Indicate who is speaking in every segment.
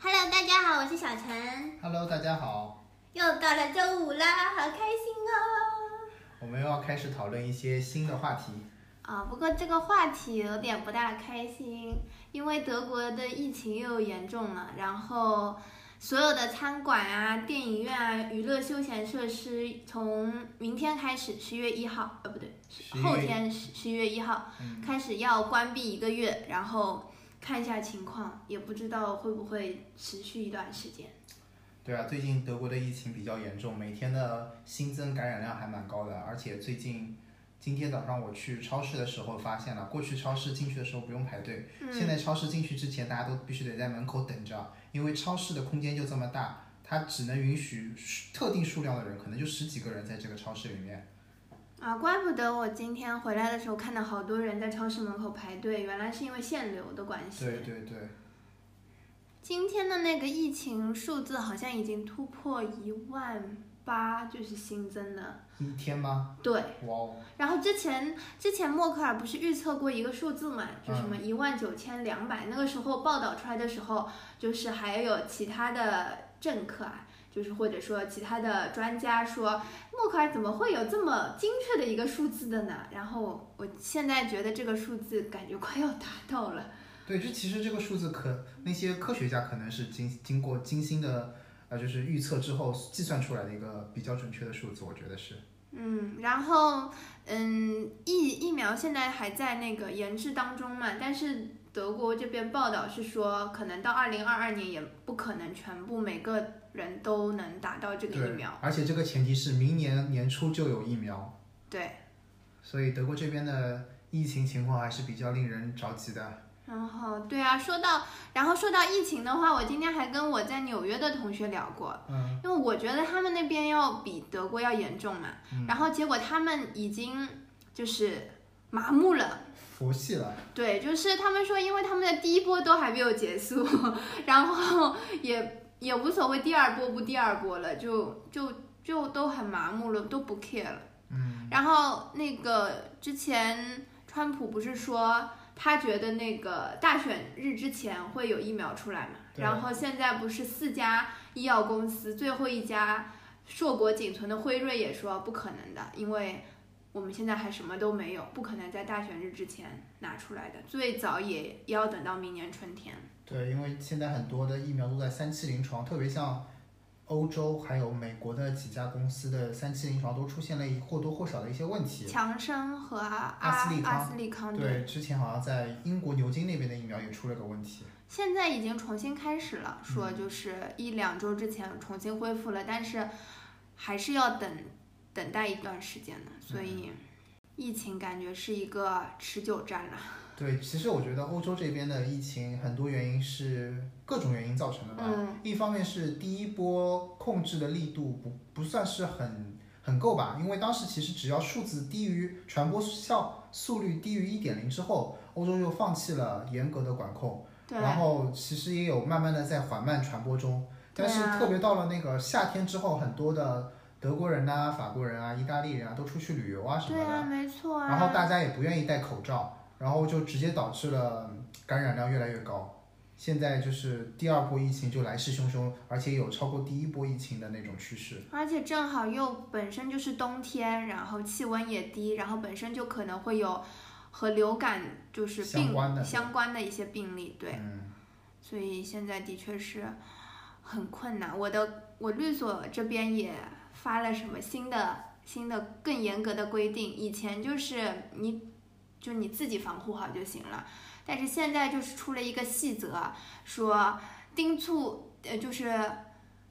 Speaker 1: 大家好，我是小陈，
Speaker 2: Hello，大家好，
Speaker 1: 又到了周五啦，好开心哦！
Speaker 2: 我们又要开始讨论一些新的话题。
Speaker 1: 啊，不过这个话题有点不大开心，因为德国的疫情又严重了，然后所有的餐馆啊、电影院啊、娱乐休闲设施从明天开始，十月一号，呃，不对，
Speaker 2: 十一
Speaker 1: 后
Speaker 2: 月，
Speaker 1: 天十十月一号
Speaker 2: 嗯，
Speaker 1: 开始要关闭一个月，然后看一下情况，也不知道会不会持续一段时间。
Speaker 2: 对啊，最近德国的疫情比较严重，每天的新增感染量还蛮高的，而且最近今天早上我去超市的时候发现了，过去超市进去的时候不用排队，
Speaker 1: 嗯
Speaker 2: 现在超市进去之前大家都必须得在门口等着，因为超市的空间就这么大，它只能允许特定数量的人，可能就十几个人在这个超市里面。
Speaker 1: 啊，怪不得我今天回来的时候看到好多人在超市门口排队，原来是因为限流的关系。
Speaker 2: 对对对，
Speaker 1: 今天的那个疫情数字好像已经突破一万八，就是新增的。
Speaker 2: 一天吗？
Speaker 1: 对，
Speaker 2: 哇哦，
Speaker 1: 然后之前之前默克尔不是预测过一个数字嘛，就什么一万九千两百，那个时候报道出来的时候，就是还有其他的政客啊。就是或者说其他的专家说，默克尔怎么会有这么精确的一个数字的呢？然后我现在觉得这个数字感觉快要达到了。
Speaker 2: 对，这其实这个数字可那些科学家可能是经经过精心的呃，就是预测之后计算出来的一个比较准确的数字，我觉得是。
Speaker 1: 嗯，然后嗯，疫疫苗现在还在那个研制当中嘛，但是德国这边报道是说，可能到二零二二年也不可能全部每个人都能达到这个疫
Speaker 2: 对
Speaker 1: 苗。，
Speaker 2: 而且这个前提是明年年初就有疫苗，
Speaker 1: 对，
Speaker 2: 所以德国这边的疫情情况还是比较令人着急的。
Speaker 1: 然后对啊，说到然后说到疫情的话，我今天还跟我在纽约的同学聊过，
Speaker 2: 嗯，
Speaker 1: 因为我觉得他们那边要比德国要严重嘛，
Speaker 2: 嗯
Speaker 1: 然后结果他们已经就是麻木了。
Speaker 2: 佛系了。
Speaker 1: 对，就是他们说，因为他们的第一波都还没有结束，然后也也无所谓第二波不第二波了，就就就都很麻木了，都不 care 了。
Speaker 2: 嗯，
Speaker 1: 然后那个之前川普不是说他觉得那个大选日之前会有疫苗出来嘛？
Speaker 2: 对
Speaker 1: 然后现在不是四家医药公司最后一家硕果仅存的辉瑞也说不可能的，因为我们现在还什么都没有，不可能在大选日之前拿出来的，最早也也要等到明年春天。
Speaker 2: 对，因为现在很多的疫苗都在三期临床，特别像欧洲还有美国的几家公司的三期临床都出现了或多或少的一些问题。
Speaker 1: 强生和阿
Speaker 2: 阿斯利康
Speaker 1: 阿斯利康
Speaker 2: 对，之前好像在英国牛津那边的疫苗也出了个问题。
Speaker 1: 现在已经重新开始了，
Speaker 2: 嗯
Speaker 1: 说就是一两周之前重新恢复了，但是还是要等等待一段时间的，所以
Speaker 2: 嗯
Speaker 1: 疫情感觉是一个持久战了。
Speaker 2: 对，其实我觉得欧洲这边的疫情很多原因是各种原因造成的吧。
Speaker 1: 嗯
Speaker 2: 一方面是第一波控制的力度不不算是很很够吧，因为当时其实只要数字低于传播效速率低于一点零之后，欧洲就放弃了严格的管控，
Speaker 1: 对，
Speaker 2: 然后其实也有慢慢的在缓慢传播中。但
Speaker 1: 对
Speaker 2: 是
Speaker 1: 啊
Speaker 2: 特别到了那个夏天之后，很多的德国人呐、法国人啊、意大利人啊都出去旅游啊什么
Speaker 1: 对
Speaker 2: 的。
Speaker 1: 啊，没错啊。
Speaker 2: 然后大家也不愿意戴口罩，然后就直接导致了感染量越来越高。现在就是第二波疫情就来势汹汹，而且有超过第一波疫情的那种趋势。
Speaker 1: 而且正好又本身就是冬天，然后气温也低，然后本身就可能会有和流感就是病
Speaker 2: 相关的
Speaker 1: 相关的一些病例，对。
Speaker 2: 嗯，
Speaker 1: 所以现在的确是很困难。我的我律所这边也发了什么新的新的更严格的规定，以前就是你就你自己防护好就行了，但是现在就是出了一个细则，说叮嘱呃就是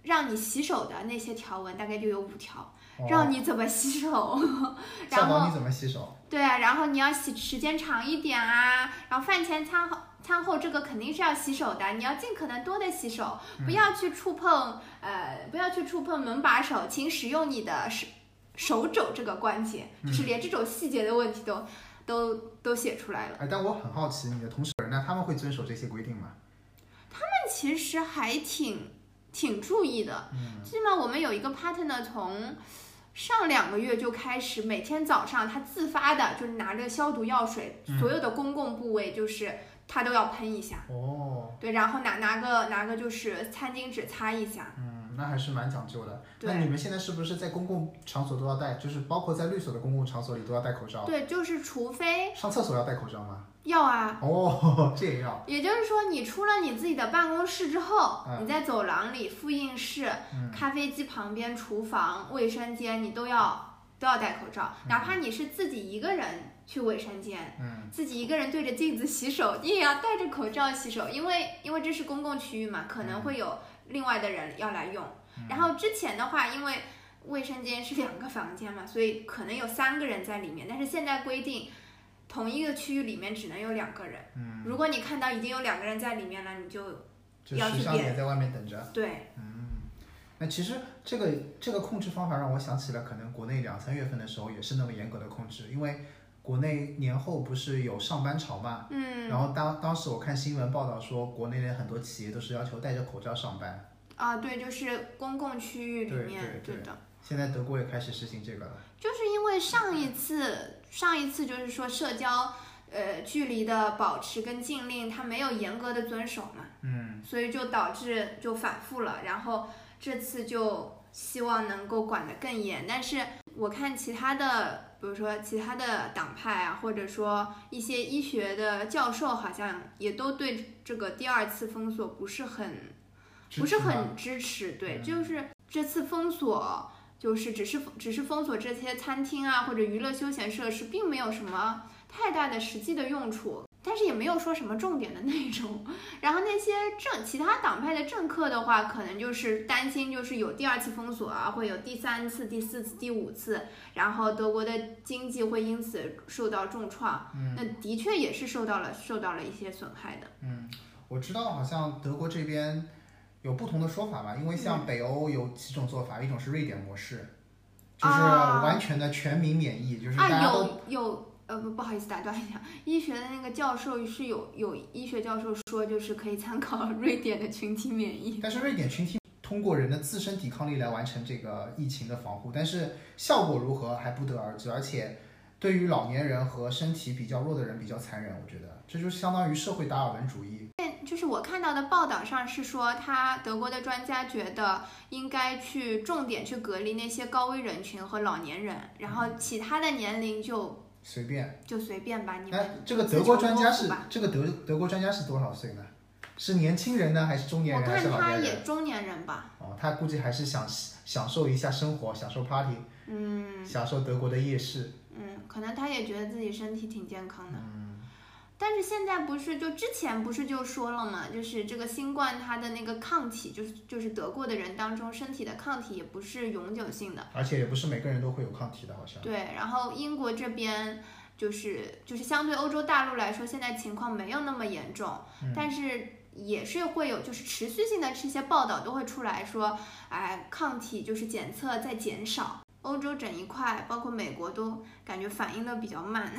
Speaker 1: 让你洗手的那些条文大概就有五条，
Speaker 2: 哦，
Speaker 1: 让你怎么洗手，然
Speaker 2: 教
Speaker 1: 后
Speaker 2: 导 你怎么洗手。
Speaker 1: 对啊，然后你要洗时间长一点啊，然后饭前餐后餐后这个肯定是要洗手的，你要尽可能多的洗手，不要去触碰、呃，不要去触碰门把手，请使用你的手手肘这个关节，就是连这种细节的问题都、都都写出来了。
Speaker 2: 哎，但我很好奇，你的同事人呢，他们会遵守这些规定吗？
Speaker 1: 但其实还挺挺注意的，
Speaker 2: 嗯，
Speaker 1: 基本上我们有一个 partner 从上两个月就开始，
Speaker 2: 嗯
Speaker 1: 每天早上他自发的，就是拿着消毒药水，所有的公共部位就是它都要喷一下。
Speaker 2: 哦，
Speaker 1: 对，然后拿拿个拿个就是餐巾纸擦一下。
Speaker 2: 嗯，那还是蛮讲究的。
Speaker 1: 对
Speaker 2: 那你们现在是不是在公共场所都要戴？就是包括在律所的公共场所里都要戴口罩？
Speaker 1: 对，就是除非
Speaker 2: 上厕所要戴口罩吗？
Speaker 1: 要啊，
Speaker 2: 哦， 这也要。
Speaker 1: 也就是说你出了你自己的办公室之后，
Speaker 2: 嗯
Speaker 1: 你在走廊里、复印室、
Speaker 2: 嗯
Speaker 1: 咖啡机旁边、厨房、卫生间，你都要都要戴口罩，哪怕你是自己一个人去卫生间。
Speaker 2: 嗯
Speaker 1: 自己一个人对着镜子洗手，你也要戴着口罩洗手，因为因为这是公共区域嘛，可
Speaker 2: 嗯
Speaker 1: 能会有另外的人要来用。然后之前的话，因为卫生间是两个房间嘛，所以可能有三个人在里面，但是现在规定。同一个区域里面只能有两个人，
Speaker 2: 嗯，
Speaker 1: 如果你看到已经有两个人在里面了，你就
Speaker 2: 就
Speaker 1: 要
Speaker 2: 时
Speaker 1: 去
Speaker 2: 尚
Speaker 1: 变
Speaker 2: 点在外面等着。
Speaker 1: 对，
Speaker 2: 嗯，那其实这个这个控制方法让我想起了，可能国内两三月份的时候也是那么严格的控制，因为国内年后不是有上班潮嘛。
Speaker 1: 嗯，
Speaker 2: 然后当当时我看新闻报道说，国内的很多企业都是要求戴着口罩上班。
Speaker 1: 啊，对，就是公共区域里
Speaker 2: 对
Speaker 1: 面，
Speaker 2: 对对
Speaker 1: 的，
Speaker 2: 现在德国也开始实行这个了。
Speaker 1: 就是因为上一次，上一次就是说社交呃距离的保持跟禁令，它没有严格的遵守嘛，
Speaker 2: 嗯，
Speaker 1: 所以就导致就反复了。然后这次就希望能够管得更严，但是我看其他的，比如说其他的党派啊，或者说一些医学的教授，好像也都对这个第二次封锁不是很不是
Speaker 2: 支持吗
Speaker 1: 很支持，对，
Speaker 2: 嗯
Speaker 1: 就是这次封锁，就是只是只是封锁这些餐厅啊或者娱乐休闲设施，并没有什么太大的实际的用处，但是也没有说什么重点的内容。然后那些政其他党派的政客的话，可能就是担心就是有第二次封锁啊，会有第三次、第四次、第五次，然后德国的经济会因此受到重创。
Speaker 2: 嗯
Speaker 1: 那的确也是受到了受到了一些损害的。
Speaker 2: 嗯，我知道好像德国这边有不同的说法吧，因为
Speaker 1: 嗯
Speaker 2: 像北欧有几种做法，一种是瑞典模式，就是
Speaker 1: 啊
Speaker 2: 完全的全民免疫，就是大
Speaker 1: 啊，
Speaker 2: 家都、
Speaker 1: 有有，呃，不不好意思打断一下，医学的那个教授是有有医学教授说，就是可以参考 瑞典的群体免疫。
Speaker 2: 但是瑞典群体通过人的自身抵抗力来完成这个疫情的防护，但是效果如何还不得而知，而且对于老年人和身体比较弱的人比较残忍，我觉得这就相当于社会达尔文主义。
Speaker 1: 但就是我看到的报道上是说，他德国的专家觉得应该去重点去隔离那些高危人群和老年人，然后其他的年龄就
Speaker 2: 随便，
Speaker 1: 就随便吧，你
Speaker 2: 那
Speaker 1: 们。
Speaker 2: 这个德国专家
Speaker 1: 自求
Speaker 2: 是
Speaker 1: 多福吧
Speaker 2: 这个德德国专家是多少岁呢？是年轻人呢，还是哎中年
Speaker 1: 我
Speaker 2: 人，还
Speaker 1: 看
Speaker 2: 是老
Speaker 1: 他
Speaker 2: 年人？
Speaker 1: 也中年人吧，
Speaker 2: 哦，他估计还是想享受一下生活，享受 party，
Speaker 1: 嗯
Speaker 2: 享受德国的夜市。
Speaker 1: 嗯，可能他也觉得自己身体挺健康的。
Speaker 2: 嗯，
Speaker 1: 但是现在不是就之前不是就说了嘛，就是这个新冠它的那个抗体，就是就是德国的人当中身体的抗体也不是永久性的，
Speaker 2: 而且也不是每个人都会有抗体的，好像。
Speaker 1: 对。然后英国这边就是就是相对欧洲大陆来说，现在情况没有那么严重，
Speaker 2: 嗯
Speaker 1: 但是也是会有就是持续性的这些报道都会出来说，哎，抗体就是检测在减少。欧洲整一块，包括美国都感觉反应的比较慢。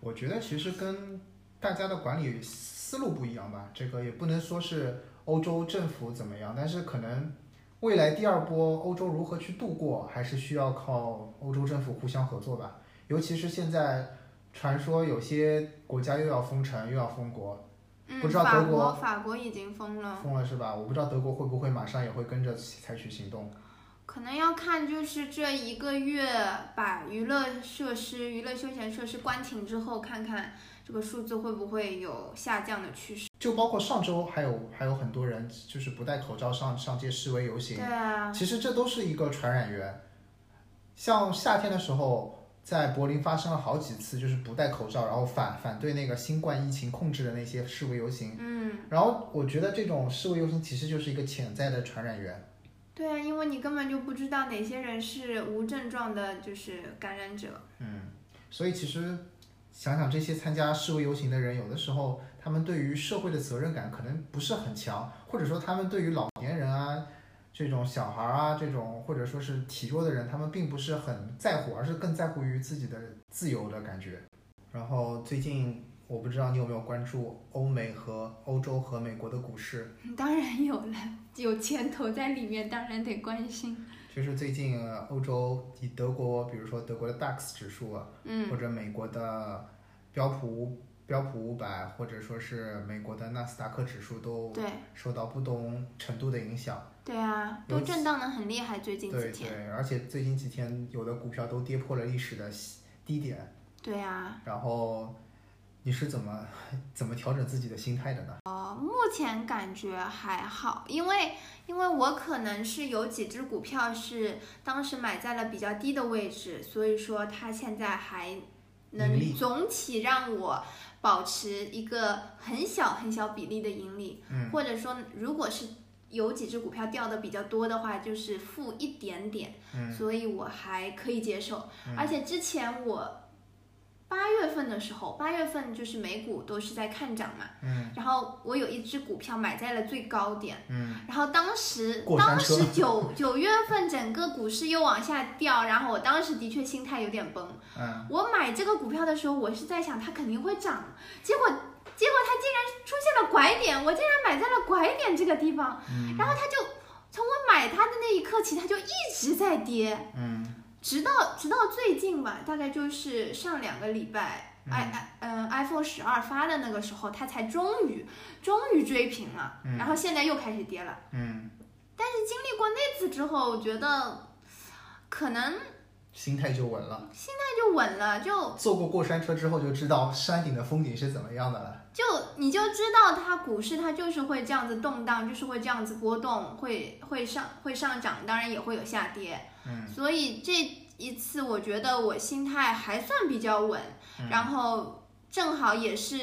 Speaker 2: 我觉得其实跟大家的管理思路不一样吧，这个也不能说是欧洲政府怎么样，但是可能未来第二波欧洲如何去度过，还是需要靠欧洲政府互相合作吧。尤其是现在传说有些国家又要封城，又要封国，
Speaker 1: 嗯，
Speaker 2: 不知道
Speaker 1: 法
Speaker 2: 德国
Speaker 1: 国法国已经封了。
Speaker 2: 封了是吧？我不知道德国会不会马上也会跟着采取行动。
Speaker 1: 可能要看就是这一个月把娱乐设施、娱乐休闲设施关停之后，看看这个数字会不会有下降的趋势。
Speaker 2: 就包括上周还有还有很多人就是不戴口罩上上街示威游行
Speaker 1: 对，啊，
Speaker 2: 其实这都是一个传染源。像夏天的时候，在柏林发生了好几次就是不戴口罩，然后反反对那个新冠疫情控制的那些示威游行。
Speaker 1: 嗯，
Speaker 2: 然后我觉得这种示威游行其实就是一个潜在的传染源。
Speaker 1: 对啊，因为你根本就不知道哪些人是无症状的，就是感染者。
Speaker 2: 嗯，所以其实想想这些参加示威游行的人，有的时候他们对于社会的责任感可能不是很强，或者说他们对于老年人啊、这种小孩啊、这种或者说是体弱的人，他们并不是很在乎，而是更在乎于自己的自由的感觉。然后最近我不知道你有没有关注欧美和欧洲和美国的股市，
Speaker 1: 当然有了，有钱投在里面，当然得关心。
Speaker 2: 就是最近呃欧洲以德国，比如说德国的 DAX 指数啊，
Speaker 1: 嗯
Speaker 2: 或者美国的标普标普五百或者说是美国的纳斯达克指数都
Speaker 1: 对
Speaker 2: 受到不同程度的影响。
Speaker 1: 对啊，
Speaker 2: 尤
Speaker 1: 都
Speaker 2: 其
Speaker 1: 震荡的很厉害，最近几
Speaker 2: 对
Speaker 1: 天。
Speaker 2: 对，而且最近几天有的股票都跌破了历史的低点，
Speaker 1: 对啊，
Speaker 2: 然后你是怎么怎么调整自己的心态的呢？
Speaker 1: 目前感觉还好，因为因为我可能是有几只股票是当时买在了比较低的位置，所以说它现在还
Speaker 2: 盈
Speaker 1: 能
Speaker 2: 利
Speaker 1: 总体让我保持一个很小很小比例的盈利，
Speaker 2: 嗯
Speaker 1: 或者说如果是有几只股票掉的比较多的话，就是负一点点，
Speaker 2: 嗯
Speaker 1: 所以我还可以接受。
Speaker 2: 嗯
Speaker 1: 而且之前我八月份的时候，八月份就是美股都是在看涨嘛。
Speaker 2: 嗯
Speaker 1: 然后我有一只股票买在了最高点，
Speaker 2: 嗯，
Speaker 1: 然后当时
Speaker 2: 过山
Speaker 1: 当
Speaker 2: 车
Speaker 1: 时九九月份整个股市又往下掉，然后我当时的确心态有点崩。
Speaker 2: 嗯，
Speaker 1: 我买这个股票的时候，我是在想它肯定会涨，结果结果它竟然出现了拐点，我竟然买在了拐点这个地方，
Speaker 2: 嗯
Speaker 1: 然后它就从我买它的那一刻起，它就一直在跌，
Speaker 2: 嗯
Speaker 1: 直到直到最近吧，大概就是上两个礼拜
Speaker 2: 嗯
Speaker 1: ，i i 嗯 iPhone 十二发的那个时候，它才终于终于追平了，
Speaker 2: 嗯
Speaker 1: 然后现在又开始跌了。
Speaker 2: 嗯，
Speaker 1: 但是经历过那次之后，我觉得可能
Speaker 2: 心态就稳了。
Speaker 1: 那就稳了，就
Speaker 2: 坐过过山车之后就知道山顶的风景是怎么样的了。
Speaker 1: 就你就知道它股市它就是会这样子动荡，就是会这样子波动，会会上会上涨，当然也会有下跌。
Speaker 2: 嗯
Speaker 1: 所以这一次我觉得我心态还算比较稳，
Speaker 2: 嗯
Speaker 1: 然后正好也是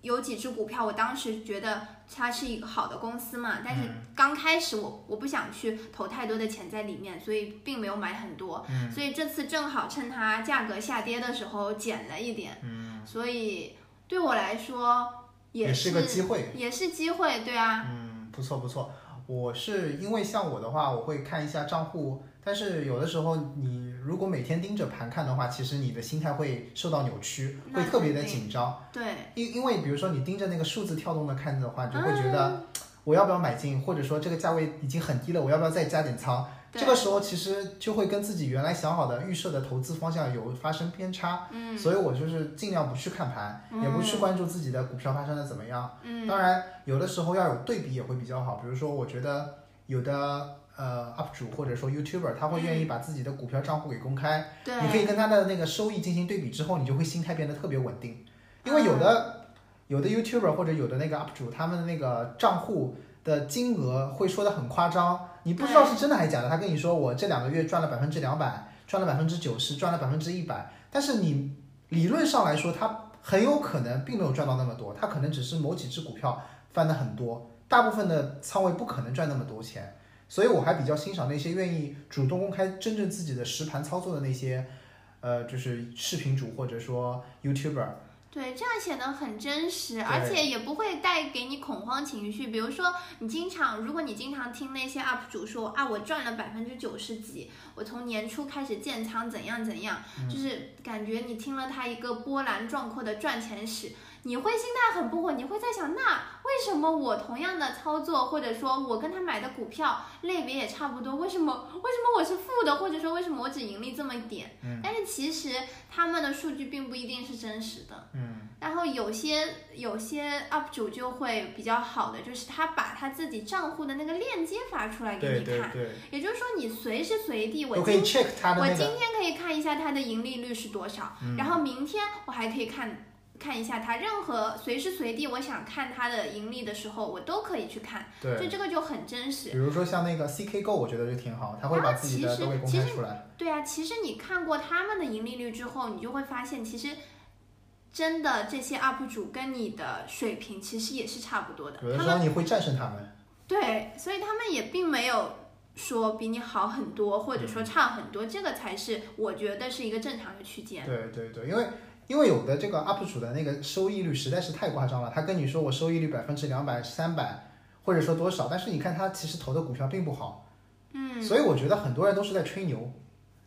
Speaker 1: 有几只股票，我当时觉得它是一个好的公司嘛，但是
Speaker 2: 嗯
Speaker 1: 刚开始我我不想去投太多的钱在里面，所以并没有买很多，
Speaker 2: 嗯
Speaker 1: 所以这次正好趁它价格下跌的时候减了一点，
Speaker 2: 嗯，
Speaker 1: 所以对我来说也
Speaker 2: 是个机会。
Speaker 1: 也是机会，对啊，
Speaker 2: 嗯，不错不错。我是因为像我的话，我会看一下账户，但是有的时候你如果每天盯着盘看的话，其实你的心态会受到扭曲，
Speaker 1: 那
Speaker 2: 会特别的
Speaker 1: 肯定
Speaker 2: 紧张。
Speaker 1: 对，
Speaker 2: 因因为比如说你盯着那个数字跳动的看的话，就会觉
Speaker 1: 嗯
Speaker 2: 得我要不要买进，或者说这个价位已经很低了，我要不要再加点仓？
Speaker 1: 对
Speaker 2: 这个时候其实就会跟自己原来想好的预设的投资方向有发生偏差，
Speaker 1: 嗯
Speaker 2: 所以我就是尽量不去看盘，也不去
Speaker 1: 嗯
Speaker 2: 关注自己的股票发生的怎么样。
Speaker 1: 嗯
Speaker 2: 当然，有的时候要有对比也会比较好。比如说，我觉得有的呃 UP 主或者说 YouTuber，他会愿意把自己的股票账户给公开，你可
Speaker 1: 对，
Speaker 2: 以跟他的那个收益进行对比之后，你就会心态变得特别稳定。因为有的、有的 YouTuber 或者有的那个 UP 主，他们的那个账户的金额会说的很夸张，你不知道是真的还是假的。他跟你说我这两个月赚了百分之两百，赚了百分之九十，赚了百分之一百，但是你理论上来说，他很有可能并没有赚到那么多，他可能只是某几只股票翻的很多，大部分的仓位不可能赚那么多钱。所以我还比较欣赏那些愿意主动公开真正自己的实盘操作的那些，呃，就是视频主或者说 YouTuber。
Speaker 1: 对，这样显得很真实，
Speaker 2: 对
Speaker 1: 而且也不会带给你恐慌情绪。比如说，你经常，如果你经常听那些 UP 主说啊，我赚了百分之九十几，我从年初开始建仓，怎样怎样，就是感觉你听了他一个波澜壮阔的赚钱史，你会心态很不稳，你会在想，那为什么我同样的操作，或者说我跟他买的股票类别也差不多，为什么为什么我是负的，或者说为什么我只盈利这么一点？
Speaker 2: 嗯
Speaker 1: 但是其实他们的数据并不一定是真实的。
Speaker 2: 嗯
Speaker 1: 然后有些有些 UP 主就会比较好的，就是他把他自己账户的那个链接发出来给你
Speaker 2: 对
Speaker 1: 看，
Speaker 2: 对对，
Speaker 1: 也就是说你随时随地，我
Speaker 2: 都可以
Speaker 1: 今
Speaker 2: check 他的
Speaker 1: 我
Speaker 2: 那
Speaker 1: 今
Speaker 2: 个，
Speaker 1: 天可以看一下它的盈利率是多少，
Speaker 2: 嗯
Speaker 1: 然后明天我还可以看看一下它任何随时随地我想看它的盈利的时候，我都可以去看，就
Speaker 2: 对。
Speaker 1: 这个就很真实
Speaker 2: 比。如说像那个 CK Go，我觉得就挺好，他会把自己的
Speaker 1: 然后其实
Speaker 2: 都给公开出来。
Speaker 1: 对啊，其实你看过他们的盈利率之后，你就会发现，其实真的这些 UP 主跟你的水平其实也是差不多的。
Speaker 2: 有的
Speaker 1: 他
Speaker 2: 时
Speaker 1: 们
Speaker 2: 候你会战胜他们。
Speaker 1: 对，所以他们也并没有说比你好很多，或者
Speaker 2: 嗯
Speaker 1: 说差很多，这个才是我觉得是一个正常的区间。
Speaker 2: 对对对，因为因为有的这个 UP 主的那个收益率实在是太夸张了，他跟你说我收益率百分之两百、三百，或者说多少，但是你看他其实投的股票并不好，
Speaker 1: 嗯
Speaker 2: 所以我觉得很多人都是在吹牛。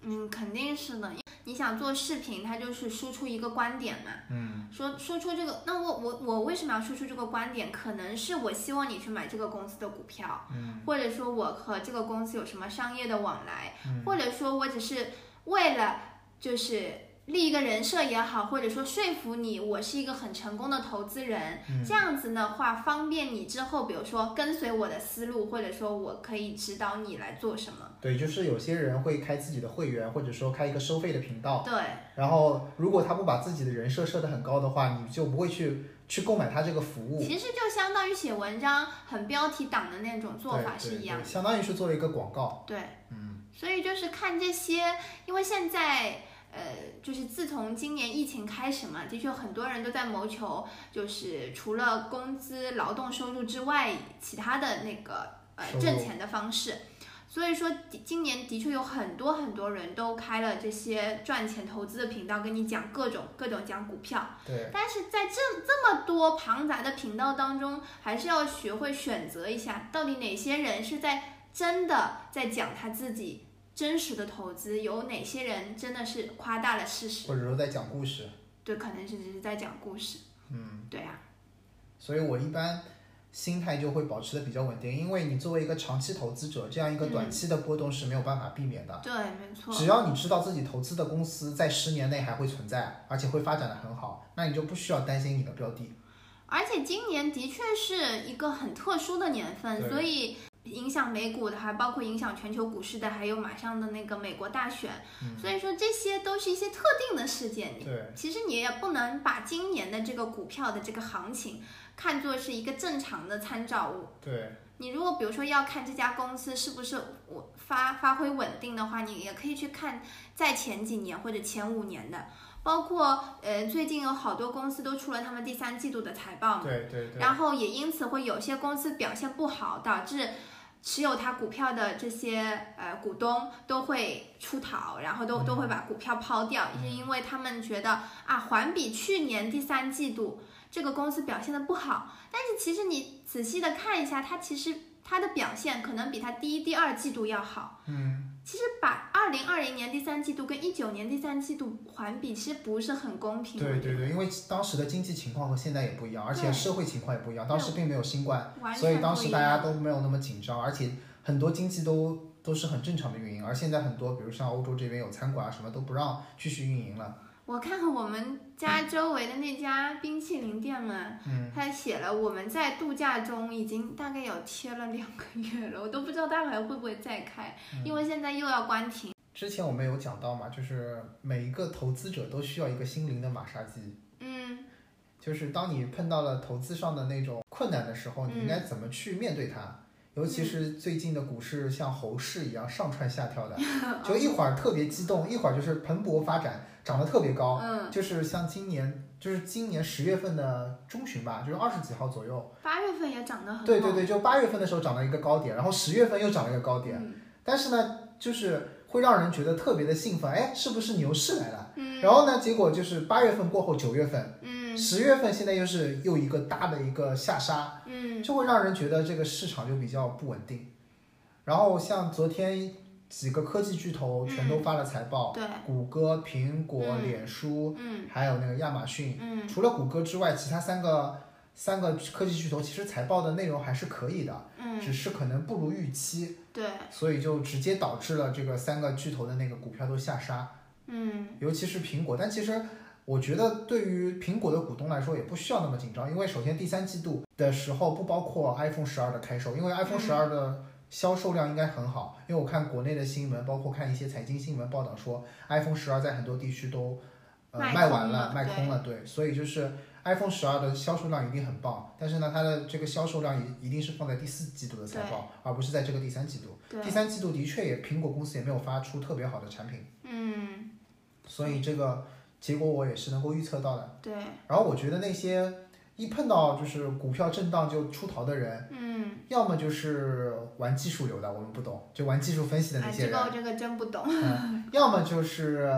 Speaker 1: 嗯，肯定是的。因为你想做视频，它就是输出一个观点嘛，
Speaker 2: 嗯
Speaker 1: 说输出这个，那我我我为什么要输出这个观点？可能是我希望你去买这个公司的股票，
Speaker 2: 嗯
Speaker 1: 或者说我和这个公司有什么商业的往来，
Speaker 2: 嗯
Speaker 1: 或者说我只是为了就是立一个人设也好，或者说说服你我是一个很成功的投资人，
Speaker 2: 嗯
Speaker 1: 这样子的话方便你之后，比如说跟随我的思路，或者说我可以指导你来做什么。
Speaker 2: 对，就是有些人会开自己的会员，或者说开一个收费的频道，
Speaker 1: 对，
Speaker 2: 然后如果他不把自己的人设设得很高的话，你就不会去去购买他这个服务。
Speaker 1: 其实就相当于写文章很标题党的那种做
Speaker 2: 对
Speaker 1: 法是
Speaker 2: 对
Speaker 1: 一样
Speaker 2: 对
Speaker 1: 的。
Speaker 2: 相当于是做了一个广告。
Speaker 1: 对，
Speaker 2: 嗯，
Speaker 1: 所以就是看这些，因为现在呃，就是自从今年疫情开始嘛，的确很多人都在谋求，就是除了工资、劳动收入之外，其他的那个呃
Speaker 2: 收入
Speaker 1: 挣钱的方式。所以说，的今年的确有很多很多人都开了这些赚钱投资的频道，跟你讲各种各种讲股票。
Speaker 2: 对，
Speaker 1: 但是在这这么多庞杂的频道当中，还是要学会选择一下，到底哪些人是在真的在讲他自己真实的投资，有哪些人真的是夸大了事实，
Speaker 2: 或者说在讲故事。
Speaker 1: 对，可能是只是在讲故事，
Speaker 2: 嗯，
Speaker 1: 对啊，
Speaker 2: 所以我一般心态就会保持的比较稳定，因为你作为一个长期投资者，这样一个短期的波动是没有办法避免的。
Speaker 1: 对，嗯没错，
Speaker 2: 只要你知道自己投资的公司在十年内还会存在，而且会发展的很好，那你就不需要担心你的标的。
Speaker 1: 而且今年的确是一个很特殊的年份，
Speaker 2: 对
Speaker 1: 所以影响美股的，还包括影响全球股市的，还有马上的那个美国大选，
Speaker 2: 嗯
Speaker 1: 所以说这些都是一些特定的事件，
Speaker 2: 对，
Speaker 1: 其实你也不能把今年的这个股票的这个行情看作是一个正常的参照物。
Speaker 2: 对，
Speaker 1: 你如果比如说要看这家公司是不是我发发挥稳定的话，你也可以去看在前几年或者前五年的，包括呃最近有好多公司都出了他们第三季度的财报嘛，
Speaker 2: 对，对，对，
Speaker 1: 然后也因此会有些公司表现不好，导致持有它股票的这些呃股东都会出逃，然后都都会把股票
Speaker 2: 嗯
Speaker 1: 抛掉，是因为他们觉得啊，环比去年第三季度这个公司表现的不好，但是其实你仔细的看一下，它其实它的表现可能比它第一、第二季度要好。
Speaker 2: 嗯，
Speaker 1: 其实把二零二零年第三季度跟一九年第三季度环比，其实不是很公平。
Speaker 2: 对，对，对，因为当时的经济情况和现在也不一样，而且
Speaker 1: 对
Speaker 2: 社会情况也不一样，当时并没有新冠，
Speaker 1: 完全
Speaker 2: 所以当
Speaker 1: 不
Speaker 2: 时
Speaker 1: 一
Speaker 2: 大
Speaker 1: 样
Speaker 2: 家都没有那么紧张，而且很多经济都都是很正常的运营，而现在很多，比如像欧洲这边有餐馆啊什么都不让继续运营了。
Speaker 1: 我看看我们家周围的那家冰淇淋店嘛，
Speaker 2: 嗯，
Speaker 1: 他写了我们在度假中已经大概有贴了两个月了，我都不知道他还会不会再开，
Speaker 2: 嗯
Speaker 1: 因为现在又要关停。
Speaker 2: 之前我们有讲到嘛，就是每一个投资者都需要一个心灵的马杀鸡，
Speaker 1: 嗯，
Speaker 2: 就是当你碰到了投资上的那种困难的时候，你应
Speaker 1: 嗯
Speaker 2: 该怎么去面对它。尤其是最近的股市像猴市一样上蹿下 跳的，就一会儿特别激动，一会儿就是蓬勃发展，涨得特别高，
Speaker 1: 嗯，
Speaker 2: 就是像今年，就是今年十月份的中旬吧，就是二十几号左右。
Speaker 1: 八月份也涨得很好。
Speaker 2: 对对对，就八月份的时候涨了一个高点，然后十月份又涨了一个高点。
Speaker 1: 嗯
Speaker 2: 但是呢，就是会让人觉得特别的兴奋，哎，是不是牛市来了？
Speaker 1: 嗯
Speaker 2: 然后呢，结果就是八月份过后，九月份、
Speaker 1: 嗯
Speaker 2: 十月份，现在又是又一个大的一个下杀，
Speaker 1: 嗯，
Speaker 2: 就会让人觉得这个市场就比较不稳定。然后像昨天几个科技巨头全都发了财报，
Speaker 1: 对，
Speaker 2: 谷歌、苹果、
Speaker 1: 嗯
Speaker 2: 脸书，
Speaker 1: 嗯
Speaker 2: 还有那个亚马逊。
Speaker 1: 嗯
Speaker 2: 除了谷歌之外，其他三个三个科技巨头其实财报的内容还是可以的，
Speaker 1: 嗯，
Speaker 2: 只是可能不如预期，
Speaker 1: 对，
Speaker 2: 所以就直接导致了这个三个巨头的那个股票都下杀，
Speaker 1: 嗯
Speaker 2: 尤其是苹果。但其实我觉得对于苹果的股东来说也不需要那么紧张，因为首先第三季度的时候不包括 iPhone 十二的开售，因为 iPhone 十
Speaker 1: 嗯
Speaker 2: 二的。销售量应该很好，因为我看国内的新闻，包括看一些财经新闻报道说，iPhone 十二在很多地区都呃
Speaker 1: 卖
Speaker 2: 卖
Speaker 1: 空
Speaker 2: 完
Speaker 1: 了
Speaker 2: 卖空
Speaker 1: 对
Speaker 2: 了，对，所以就是 iPhone 十二的销售量一定很棒，但是呢，它的这个销售量也一定是放在第四季度的财报，而不是在这个第三季度。
Speaker 1: 对
Speaker 2: 第，三季度的确也，苹果公司也没有发出特别好的产品，
Speaker 1: 嗯
Speaker 2: 所以这个结果我也是能够预测到的。
Speaker 1: 对，
Speaker 2: 然后我觉得那些一碰到就是股票震荡就出逃的人，
Speaker 1: 嗯，
Speaker 2: 要么就是玩技术流的，我们不懂，就玩技术分析的那
Speaker 1: 哎，
Speaker 2: 些
Speaker 1: 这
Speaker 2: 人，嗯
Speaker 1: 个我这个真不懂
Speaker 2: 要么就是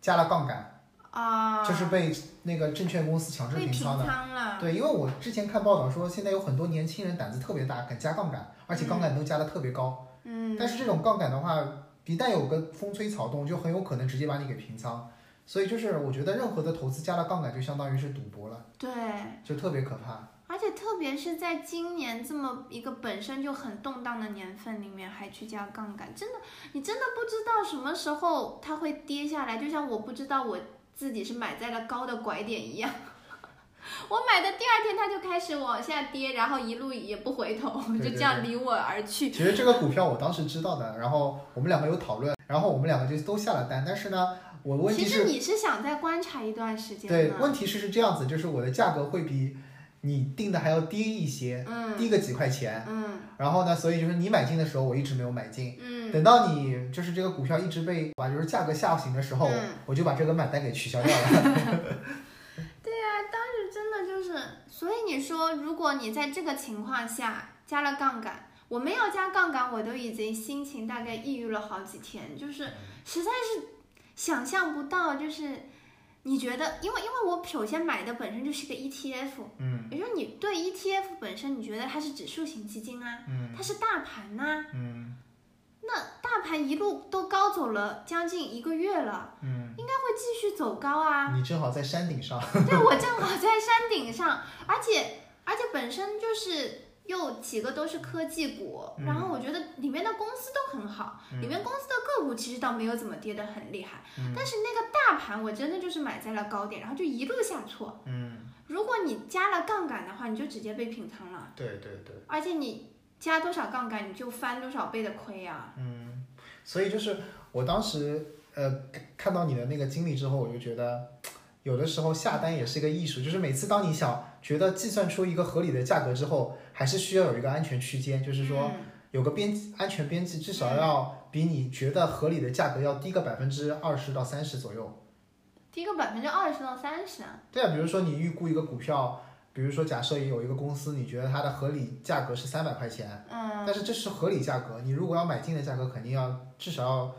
Speaker 2: 加了杠杆，
Speaker 1: 啊，
Speaker 2: 就是被那个证券公司强制
Speaker 1: 被
Speaker 2: 平
Speaker 1: 平
Speaker 2: 仓的。
Speaker 1: 仓了，
Speaker 2: 对，因为我之前看报道说，现在有很多年轻人胆子特别大，敢加杠杆，而且杠杆都加的特别高。
Speaker 1: 嗯，
Speaker 2: 但是这种杠杆的话，一旦有个风吹草动，就很有可能直接把你给平仓。所以就是我觉得任何的投资加了杠杆，就相当于是赌博了，
Speaker 1: 对。
Speaker 2: 就特别可怕。
Speaker 1: 而且特别是在今年这么一个本身就很动荡的年份里面，还去加杠杆，真的，你真的不知道什么时候它会跌下来。就像我不知道我自己是买在了高的拐点一样。 我买的第二天它就开始往下跌，然后一路也不回头，
Speaker 2: 对
Speaker 1: 就这样离我而去。
Speaker 2: 其实这个股票我当时知道的，然后我们两个有讨论，然后我们两个就都下了单。但是呢，我问题
Speaker 1: 其
Speaker 2: 是
Speaker 1: 实，你是想再观察一段时间
Speaker 2: 对，
Speaker 1: 的，
Speaker 2: 问题是是这样子，就是我的价格会比你定的还要低一些，
Speaker 1: 嗯
Speaker 2: 低个几块钱。
Speaker 1: 嗯
Speaker 2: 然后呢，所以就是你买进的时候，我一直没有买进。
Speaker 1: 嗯，
Speaker 2: 等到你就是这个股票一直被把就是价格下行的时候，
Speaker 1: 嗯
Speaker 2: 我就把这个买单给取消掉了。
Speaker 1: 真的就是，所以你说，如果你在这个情况下加了杠杆，我没有加杠杆，我都已经心情大概抑郁了好几天，就是实在是想象不到，就是你觉得，因为因为我首先买的本身就是个 ETF，
Speaker 2: 嗯
Speaker 1: 也就是你对 ETF 本身，你觉得它是指数型基金啊，
Speaker 2: 嗯
Speaker 1: 它是大盘呐、
Speaker 2: 嗯
Speaker 1: 那大盘一路都高走了将近一个月了，
Speaker 2: 嗯，
Speaker 1: 应该会继续走高啊。
Speaker 2: 你正好在山顶上。
Speaker 1: 对，我正好在山顶上，而且而且本身就是又几个都是科技股，
Speaker 2: 嗯
Speaker 1: 然后我觉得里面的公司都很好，里面公司的个股其实倒没有怎么跌得很厉害，
Speaker 2: 嗯
Speaker 1: 但是那个大盘我真的就是买在了高点，然后就一路下挫。
Speaker 2: 嗯，
Speaker 1: 如果你加了杠杆的话，你就直接被平仓了，
Speaker 2: 对对对。
Speaker 1: 而且你加多少杠杆你就翻多少倍的亏啊。
Speaker 2: 嗯，所以就是我当时呃看看到你的那个经历之后，我就觉得有的时候下单也是一个艺术，就是每次当你想觉得计算出一个合理的价格之后，还是需要有一个安全区间，就是说
Speaker 1: 嗯
Speaker 2: 有个边际安全边际，至少
Speaker 1: 嗯
Speaker 2: 要比你觉得合理的价格要低个百分之二十到三十左右。
Speaker 1: 低个百分之二十到三十啊，
Speaker 2: 对啊，比如说你预估一个股票，比如说假设有一个公司，你觉得它的合理价格是三百块钱。
Speaker 1: 嗯，
Speaker 2: 但是这是合理价格，你如果要买进的价格，肯定要至少要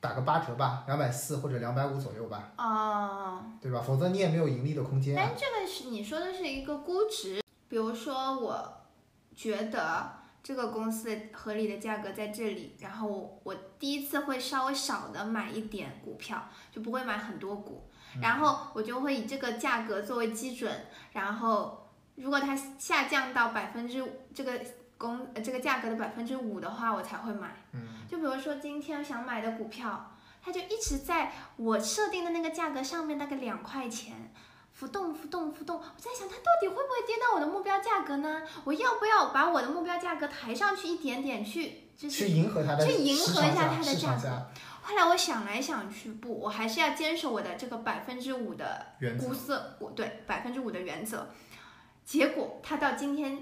Speaker 2: 打个八折吧，两百四或者两百五左右吧，
Speaker 1: 哦、
Speaker 2: 对吧？否则你也没有盈利的空间啊。
Speaker 1: 但这个是你说的是一个估值，比如说我觉得这个公司的合理的价格在这里，然后我我第一次会稍微少的买一点股票，就不会买很多股，然后我就会以这个价格作为基准，然后如果它下降到百分之这个。公呃这个价格的百分之五的话，我才会买。
Speaker 2: 嗯
Speaker 1: 就比如说今天想买的股票，它就一直在我设定的那个价格上面大概两块钱浮动浮动浮动。我在想它到底会不会跌到我的目标价格呢？我要不要把我的目标价格抬上去一点点去？就是
Speaker 2: 去迎合它的
Speaker 1: 去迎
Speaker 2: 市
Speaker 1: 合
Speaker 2: 场
Speaker 1: 一下它的
Speaker 2: 市场
Speaker 1: 价
Speaker 2: 价
Speaker 1: 后来我想来想去，不，我还是要坚守我的这个百分之五的
Speaker 2: 原则
Speaker 1: 估。色，我对百分之五的原则。结果它到今天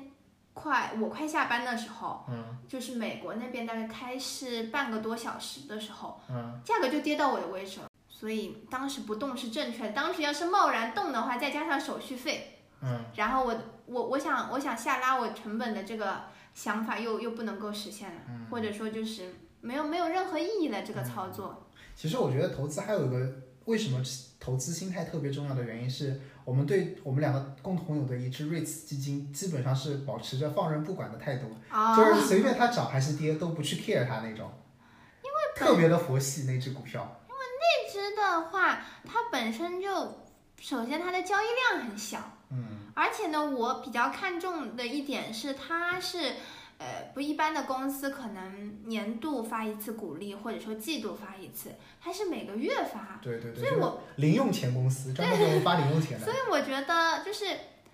Speaker 1: 快我快下班的时候，
Speaker 2: 嗯
Speaker 1: 就是美国那边大概开市半个多小时的时候，
Speaker 2: 嗯，
Speaker 1: 价格就跌到我的位置了。所以当时不动是正确的，当时要是贸然动的话，再加上手续费，
Speaker 2: 嗯，
Speaker 1: 然后我我我想我想下拉我成本的这个想法又又不能够实现了，
Speaker 2: 嗯
Speaker 1: 或者说就是没有没有任何意义了这个操
Speaker 2: 嗯
Speaker 1: 作。哦
Speaker 2: 其实我觉得投资还有一个为什么投资心态特别重要的原因是。我们对我们两个共同有的一只 REITs 基金，基本上是保持着放任不管的态度，
Speaker 1: 啊、
Speaker 2: 就是随便它涨还是跌都不去 care 它那种，因为特别的佛系那只股票。
Speaker 1: 这只的话，它本身就首先它的交易量很小，
Speaker 2: 嗯
Speaker 1: 而且呢，我比较看重的一点是，它是，呃，不一般的公司可能年度发一次股利，或者说季度发一次，它是每个月发，
Speaker 2: 对对对，
Speaker 1: 啊所以
Speaker 2: 就是
Speaker 1: 我，
Speaker 2: 零用钱公司，专门给我们发零用钱的
Speaker 1: 所。以我觉得就是，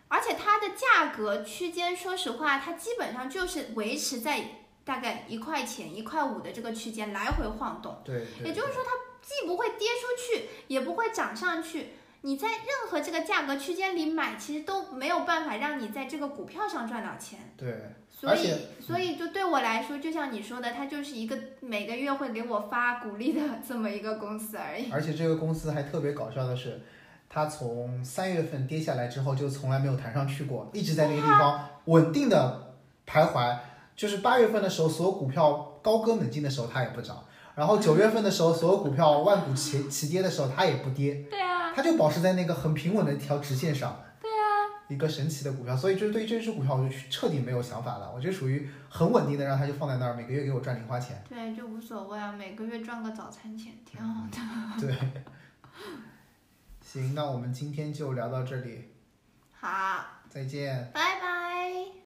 Speaker 1: 而且它的价格区间，说实话，它基本上就是维持在大概一块钱、一块五的这个区间来回晃动。
Speaker 2: 对，对
Speaker 1: 也就是说，它既不会跌出去，也不会涨上去。你在任何这个价格区间里买，其实都没有办法让你在这个股票上赚到钱。
Speaker 2: 对，
Speaker 1: 所
Speaker 2: 而且
Speaker 1: 以，所以就对我来说，就像你说的，它就是一个每个月会给我发股利的 这么一个公司而已。
Speaker 2: 而且这个公司还特别搞笑的是，它从三月份跌下来之后就从来没有弹上去过，一直在那个地方稳定的徘徊。就是八月份的时候，所有股票高歌猛进的时候它也不涨，然后九月份的时候，所有股票万股齐齐跌的时候它也不跌，
Speaker 1: 对啊，
Speaker 2: 它就保持在那个很平稳的一条直线上。对啊，一个神奇的股票，所以就是对于这只股票我就彻底没有想法了，我就属于很稳定的让它就放在那儿，每个月给我赚零花钱。
Speaker 1: 对，就无所谓啊，每个月赚个早餐钱挺
Speaker 2: 嗯
Speaker 1: 好的。
Speaker 2: 行，那我们今天就聊到这里，
Speaker 1: 好，
Speaker 2: 再见。
Speaker 1: 拜拜。